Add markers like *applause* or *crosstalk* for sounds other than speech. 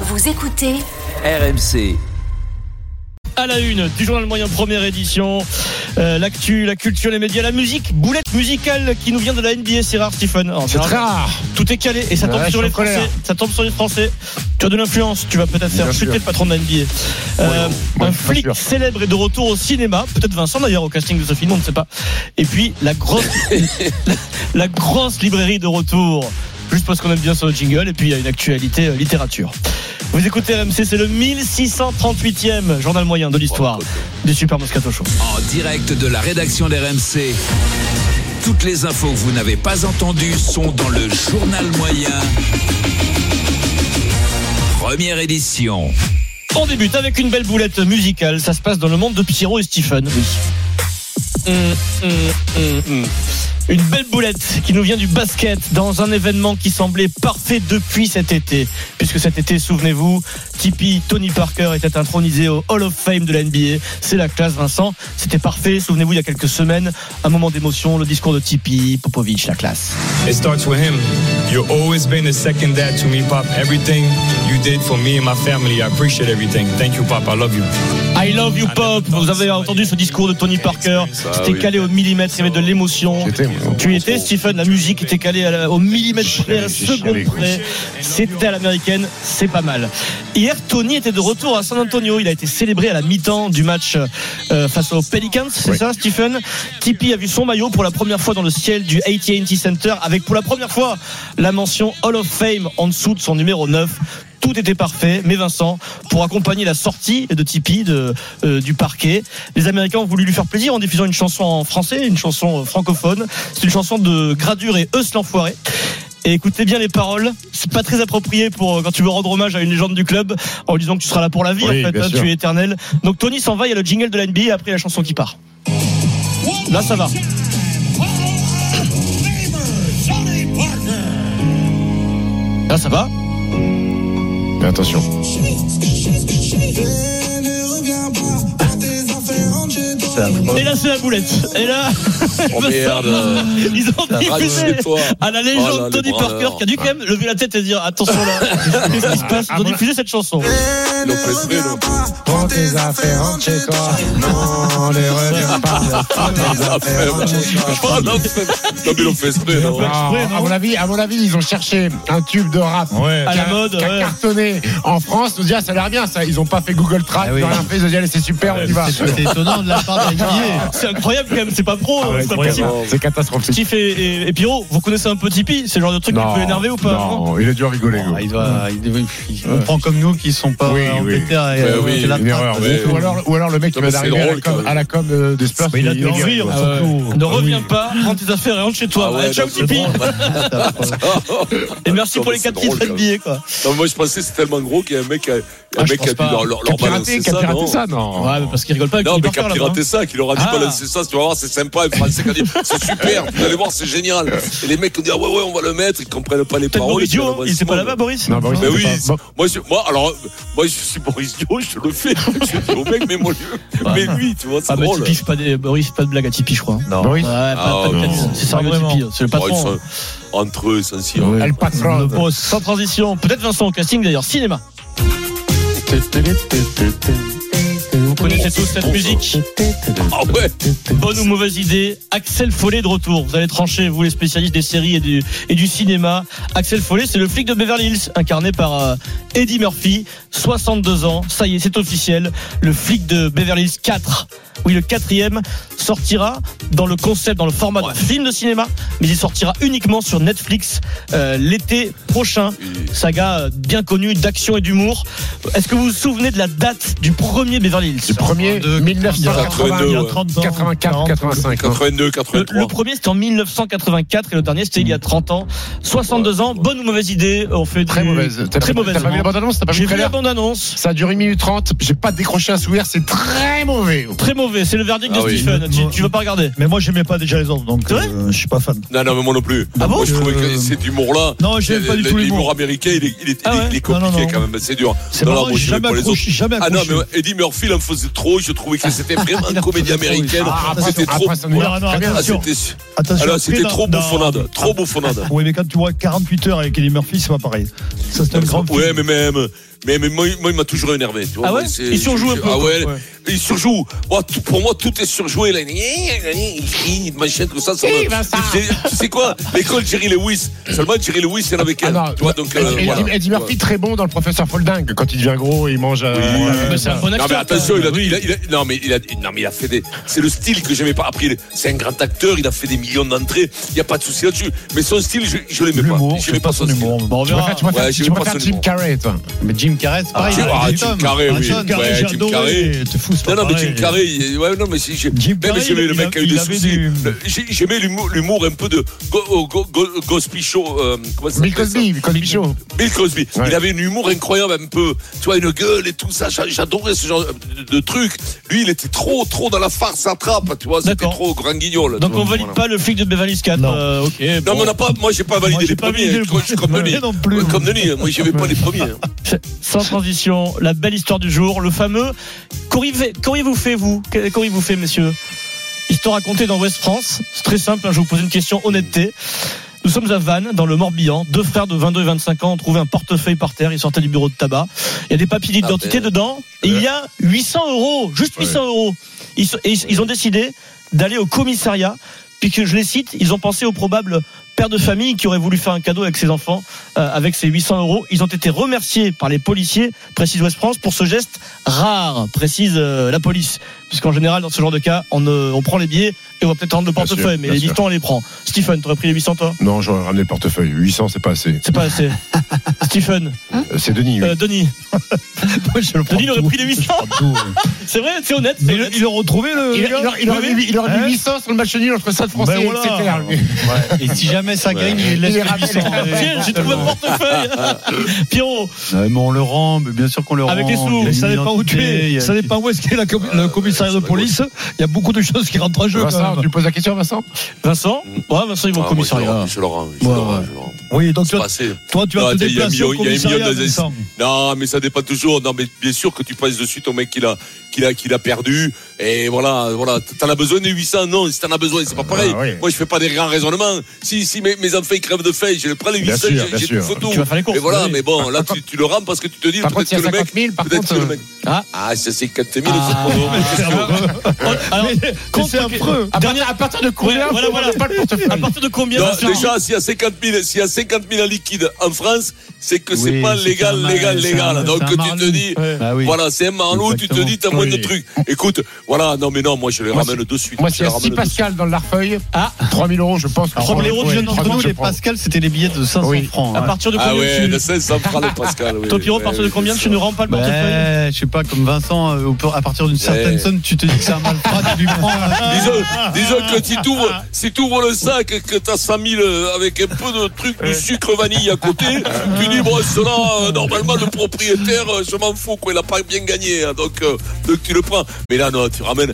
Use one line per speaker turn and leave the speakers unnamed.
Vous écoutez
RMC.
À la une du journal moyen première édition, euh, l'actu, la culture, les médias, la musique, boulette musicale qui nous vient de la NBA, c'est rare Stephen. Alors,
C'est
rare.
très rare.
Tout est calé et ça tombe
Ouais,
sur
je
les
suis en
Français.
colère.
Ça tombe sur les Français. Tu as de l'influence, tu vas peut-être faire
Bien
chuter
sûr.
le patron de la NBA. Euh,
ouais,
un
bien
flic
sûr.
célèbre est de retour au cinéma, peut-être Vincent d'ailleurs au casting de ce film, on ne sait pas. Et puis la grosse,
*laughs*
la, la grosse librairie de retour, juste parce qu'on aime bien ce jingle. Et puis il y a une actualité euh, littérature. Vous écoutez RMC, c'est le 1638e journal moyen de
Oh,
l'histoire du Super Moscato Show.
En direct de la rédaction d'RMC. Toutes les infos que vous n'avez pas entendues sont dans le journal moyen. Première édition.
On débute avec une belle boulette musicale. Ça se passe dans le monde de Pierrot et Stephen. Hum, Oui. hum, Une belle boulette qui nous vient du basket dans un événement qui semblait parfait depuis cet été. Puisque cet été, souvenez-vous, Tipeee, Tony Parker était intronisé au Hall of Fame de la NBA. C'est la classe, Vincent. C'était parfait. Souvenez-vous, il y a quelques semaines, un moment d'émotion, le discours de Tipeee, Popovic, la classe.
It starts with him. You've always been the second dad to me, Pop. Everything you did for me and my family, I appreciate everything. Thank you, Pop. I love you.
I love you pop. Vous avez entendu ce discours de Tony Parker. C'était calé au millimètre, il y avait de l'émotion.
J'étais, moi.
Tu y étais, Stephen. La musique était calée à la- au millimètre près, à la seconde près. C'était à l'américaine, c'est pas mal. Hier, Tony était de retour à San Antonio. Il a été célébré à la mi-temps du match euh, face aux Pelicans. C'est
Oui.
ça, Stephen. Tipeee a vu son maillot pour la première fois dans le ciel du AT&T Center, avec pour la première fois la mention Hall of Fame en dessous de son numéro 9 tout était parfait, mais Vincent, pour accompagner la sortie de Tipeee de, euh, du parquet, les Américains ont voulu lui faire plaisir en diffusant une chanson en français, une chanson euh, francophone. C'est une chanson de Gradure et Eus l'enfoiré. Et écoutez bien les paroles, c'est pas très approprié pour euh, quand tu veux rendre hommage à une légende du club en lui disant que tu seras là pour la vie,
Oui,
en fait,
bien
hein,
sûr.
tu es éternel. Donc Tony s'en va, il y a le jingle de la NBA et après la chanson qui part. Là ça va. Là ça va.
Mais attention.
Et là, c'est la boulette. Et là,
merde.
*laughs* ils ont diffusé
radote-toi.
à la légende
Oh là, les
Tony
bras,
Parker
alors.
qui a dû quand même lever la tête et dire attention
*laughs*
là, qu'est-ce qui se passe Ils ont diffusé cette chanson.
Ils l'ont presté, là.
Prends tes affaires en chez toi. Non, ne reviens pas. Prends tes affaires en chez toi.
Ah, non, c'est- non, mais ils l'ont fait hein. exprès, non.
Non, à mon avis, à mon avis, ils ont cherché un tube de rap
À
qui
la
a,
mode,
qui a
ouais.
cartonné en France. Ils ont dit ah, ça a l'air bien ça. Ils ont pas fait Google Trad, ils ont rien fait. Ils ont dit allez c'est super, on y va.
C'est étonnant de la part de la NBA.
Ah, C'est incroyable quand même, c'est pas pro, c'est pas possible.
C'est catastrophique.
Tiff et, et, et Pierrot, vous connaissez un peu Tipeee C'est le genre de truc qui peut énerver ou pas non
Non, il a dû rigoler. gros.
Ah, Il doit, il doit- il comprend comme nous qui sont pas
Oui,
en
oui.
Angleterre et
Euh, oui,
c'est la
Une
frappe.
erreur.
mais-
Ou alors, ou alors le mec qui
Non, mais
va
c'est
d'arriver à,
drôle,
la com-
quand même.
à la com de, de Splash.
Mais il a dû en
rigole, Ah
rire,
quoi.
surtout.
Ne reviens pas, prends tes affaires et rentre chez toi.
Ah ouais,
Allez, ciao
non, c'est
Tipeee
drôle.
*laughs* Et merci
Non,
pour
mais
les
c'est
4 titres
drôle, quand
NBA quoi.
Ah, Non, moi, je pensais que c'est tellement gros qu'il y a un mec qui a, un
je
mec qui a dû
pense pas.
leur, leur,
Qui a
leur balancer
piraté, qui a
ça,
piraté
non
ça, non.
Ouais, mais parce qu'il rigole pas avec
non,
Tony
mais qui a
Parker là-bas.
piraté ça, qui leur a dit
Ah.
balancer ça, tu vas voir, c'est sympa. Un français qui a dit c'est super, vous allez voir, c'est génial. Et les mecs ont dit ah ouais, ouais, on va le mettre, ils comprennent pas les
Peut-être
paroles.
Boris
ils
Dio,
font
hein, il était pas là-bas
l'avancement.
Boris
Non, bah oui, c'est
Mais oui,
pas-
c'est-
bon.
moi, je, moi, alors, moi, je suis Boris Dio, je le fais. Je dis au mec, mais mon Dieu, mais lui, tu vois, c'est
Ah bah
drôle.
Tipeee, c'est pas des... Boris, pas de blague à Tipeee je crois. hein.
Non.
Boris,
Ouais, pas,
Ah,
pas de
non.
calice, c'est ça
Pas vraiment.
Tipeee, hein, c'est le
Oh, ils
patron. hein.
sont entre eux, sans si.
El Patron.
Bon, sans transition, peut-être Vincent au casting d'ailleurs, cinéma. Vous connaissez tous cette musique.
Ah ouais,
Bonne ou mauvaise idée, Axel Follet de retour. Vous allez trancher, vous les spécialistes des séries et du, et du cinéma. Axel Follet, c'est le flic de Beverly Hills, incarné par euh, Eddie Murphy, 62 ans. Ça y est, c'est officiel. Le flic de Beverly Hills 4. Oui, le quatrième sortira dans le concept, dans le format d'un film de cinéma, mais il sortira uniquement sur Netflix euh, l'été prochain. Saga euh, bien connue d'action et d'humour. Est-ce que vous vous souvenez de la date du premier Beverly Hills
Du premier,
Il y a
1984,
30 ans.
85. hein.
82,
Le,
83.
le premier c'était en 1984 et le dernier c'était il y a 30 ans. 62 ans, bonne ou mauvaise idée On fait
Très
du-
mauvaise. T'as
Très
pas-
mauvaise.
T'as pas vu la bande-annonce T'as pas vu
J'ai
le
vu la
trailer
bande annonce.
Ça dure 1 minute 30. J'ai pas décroché un sourire. C'est très mauvais.
Très mauvais, c'est le verdict
Ah
de
oui.
Stephen. Tu, tu veux pas regarder
Mais moi, j'aimais pas déjà les autres, donc
C'est vrai
euh, je suis pas fan.
Non, non, mais moi non plus.
Ah bon
moi, je trouvais que
Euh,
cet humour-là.
Non, j'aime pas du tout
L'humour
l'humour.
américain, il est, il est,
Ah
il est-
ouais
il est
Non, non,
compliqué
non.
quand même, c'est dur.
C'est
Non,
marrant,
non, moi,
j'ai
je vais
jamais
pas les
accroché. Jamais
Ah non,
accroché.
mais Eddie Murphy, il en faisait trop. Je trouvais que
*laughs*
c'était vraiment une comédie américaine.
Ah, après,
C'était
après,
trop.
ça nous-
Non, non,
Très bien.
Ah,
attention.
c'était
Attention,
alors, c'était
Preda-
trop
non.
bouffonnade. Trop bouffonnade.
Oui, mais quand tu vois 48 heures avec Eddie Murphy, c'est pas pareil. Ça, c'est un grand.
Ouais,
film.
mais même. Mais, mais moi, moi, il m'a toujours énervé. Tu vois,
Ah ouais
Moi, c'est-
Il surjoue un peu,
Ah
quoi.
ouais,
Ouais.
il surjoue. Moi, tout- pour moi, tout est surjoué. Là. Il crie, il machin, tout ça. ça me- Il fait- Tu sais quoi L'école Jerry Lewis. Seulement Jerry Lewis, c'est avec
Ah
elle.
non,
tu vois, donc, euh,
Eddie,
voilà.
Eddie- Eddie Murphy, très bon dans le professeur Folding. Quand il devient gros, il mange. euh,
Oui,
euh,
Bah, c'est un bon
Non mais
acteur.
attention, il a, il a- il a- non mais il a, non mais il a fait des, c'est le style que j'aimais pas. Après, il- c'est un grand acteur, il a fait des millions d'entrées, il y a pas de souci là-dessus. Mais son style, je, je l'aimais pas.
L'humour,
J'aimais
c'est pas son
style.
humour.
Bon, on
Tu
verra.
préfères, tu préfères-
Ouais, je
tu
vais pas
préfères Jim
absolument.
Carrey, toi
Mais Jim Carrey, c'est pareil.
Jim-
il a
ah,
des
Jim
tomes.
Carrey,
Ah,
oui.
Jim Carrey,
Ouais,
j'ai
Jim
adoré.
Carrey.
Te fous, c'est pas
Non, non, mais
pareil.
Jim Carrey, il- ouais, non, mais si, j'ai-
Jim
même
Carrey,
j'aimais
il-
le
il
mec qui a eu
il
des
avait
soucis.
du-
Le- j'ai- J'aimais l'humour l'humour un peu de go, oh, go, go, Gosby Show, euh, comment ça
Bill
s'appelle ça
Cosby, Cosby Show.
Bill Cosby.
Ouais.
Il avait un humour incroyable, un peu, tu vois, une gueule et tout ça. J'a- J'adorais ce genre de, de truc. Lui, il était trop, trop dans la farce à trappe, tu vois. C'était
D'accord.
trop grand guignol.
Donc
tu vois,
on valide
voilà.
pas le flic de Beverly Hills 4.
Non.
euh, ok.
Non,
bon.
mais on n'a pas, moi, j'ai pas validé
Moi, j'ai
les
pas
premiers.
validé le
comme- comme
*laughs*
premier
Denis.
non plus.
Ouais, Comme Denis, moi, j'aimais pas les premiers. hein.
Sans transition, la belle histoire du jour, le fameux. Qu'auriez-vous fait, vous Que- Qu'auriez-vous fait, messieurs Histoire racontée dans West France. C'est très simple, hein, je vais vous pose une question honnêteté. Nous sommes à Vannes, dans le Morbihan. Deux frères de 22 et 25 ans ont trouvé un portefeuille par terre. Ils sortaient du bureau de tabac. Il y a des papiers d'identité
Ah ben.
dedans. Et il y a 800 euros, juste 800 euros. Ils, sont- et ils- ils ont décidé d'aller au commissariat. Puis que je les cite, ils ont pensé au probable père de famille qui aurait voulu faire un cadeau avec ses enfants, euh, avec ses 800 euros. Ils ont été remerciés par les policiers, précise Ouest France, pour ce geste rare, précise euh, la police. Puisqu'en général, dans ce genre de cas, on, euh, on prend les billets et on va peut-être rendre le
Bien sûr,
portefeuille, mais
bien
les
sûr.
billets, on les prend. Stephen, t'aurais pris les 800 toi
Non, j'aurais ramené le portefeuille. 800, c'est pas assez.
C'est
*laughs*
pas assez. Stephen,
Euh, C'est Denis. oui.
euh, Denis,
Je le prends
Denis il aurait
tout.
pris les 800.
Je prends tout, ouais.
C'est vrai, c'est honnête. c'est
Mais il-
honnête.
il a retrouvé le.
Il,
le gars
il aurait- il aurait
Ouais.
mis, il aurait mis
Hein
800 sur le match nul entre Stade français
Ben
et
voilà.
etc. lui.
Ouais. Et si jamais ça gagne, il laisse
Il est
les 800.
ravi.
euh,
Ouais.
Tiens, j'ai trouvé un portefeuille.
*laughs*
Pierrot,
Ah,
Ouais, mais on le rend, mais bien sûr qu'on le rend.
Avec les sous.
Il y a
Mais
une
Ça dépend où tu
identité, il y
es,
a-
ça dépend où est-ce qu'est la com- le commissariat
Ah,
de police. Il y a beaucoup de choses qui rentrent en jeu. quand
Vincent,
même.
tu poses la question, Vincent
Vincent, ouais, Vincent, ils vont
Ah,
au
moi, je le
commissariat.
rends, Je le rends, je le
Ouais,
rends,
ouais.
je le rends.
Oui, donc
C'est
toi,
pas assez.
toi, tu vas
Non,
te
attends, il y a un
déplacer
million-
au
il y a un million
commissariat.
d'Alsaciens.
Vincent.
Non, mais ça dépend toujours. Non, mais bien sûr que tu passes dessus ton mec qu'il a, qu'il a, qu'il a perdu. Et voilà, voilà. T'en as besoin de 800. Non, si t'en as besoin, c'est pas pareil.
Ah, oui.
Moi, je fais pas des grands raisonnements. Si, si mes, mes enfants, ils crèvent de faim, je les prends les
Bien sûr,
800, j'ai-
bien
j'ai
sûr.
une photo.
Tu vas faire les courses,
Et voilà,
oui.
mais bon, là, tu, tu le rames parce que tu te dis,
Par contre,
peut-être
s'il
que
y a
le mec,
50 000, par
peut-être
contre.
que le mec.
euh,
Ah.
Ah, ça, c'est 40 000.
Ah.
c'est
*laughs*
trop.
Alors, contre-
c'est affreux.
À
Dernière-
partir- à partir de combien
Ouais, voilà,
faut-
voilà.
pas le portefeuille
À partir de combien
Non,
Vincent
déjà, s'il y a 50 000, s'il y a 50 000 en liquide en France, c'est que c'est
Oui,
pas
c'est
légal,
un mal-
légal,
c'est
légal.
un-
Donc,
c'est un
tu te
marlou.
dis,
Ouais. Ah oui.
voilà, c'est un marlou, tu te
Exactement.
dis, t'as moins de
Oui.
trucs. Écoute, voilà, non, mais non, moi, je les
Moi,
ramène
si-
de suite.
Moi,
Je
s'il y
les
a 6
ramène de suite.
Pascal dans le larfeuille,
Ah.
3000 euros, je pense. que-
3 000 euros,
Ouais,
tu viens de
3
Entre
000,
nous,
je
les
prends.
Pascal, c'était les billets de 500
Oui.
francs.
À
hein.
partir de combien
Ah ouais,
tu...
de 500
*laughs*
francs le Pascal. oui.
Topiro, à
Ouais,
partir de
oui,
combien
c'est
tu
ça.
nous rends pas le portefeuille
Ouais, Ben, je sais pas, comme Vincent, euh, au peu- à partir d'une certaine
Ouais.
somme, tu te dis que c'est un malfrat, tu lui prends. euh,
Disons,
Ah,
disons que si t'ouvres, si t'ouvres le sac, et que t'as 100 000 euh, avec un peu de truc, du sucre vanille à côté,
Ah.
tu dis, bon, cela, euh, normalement, le propriétaire, euh, je m'en fous, quoi, il a pas bien gagné, hein, donc, euh, donc tu le prends. Mais là, non, tu ramènes,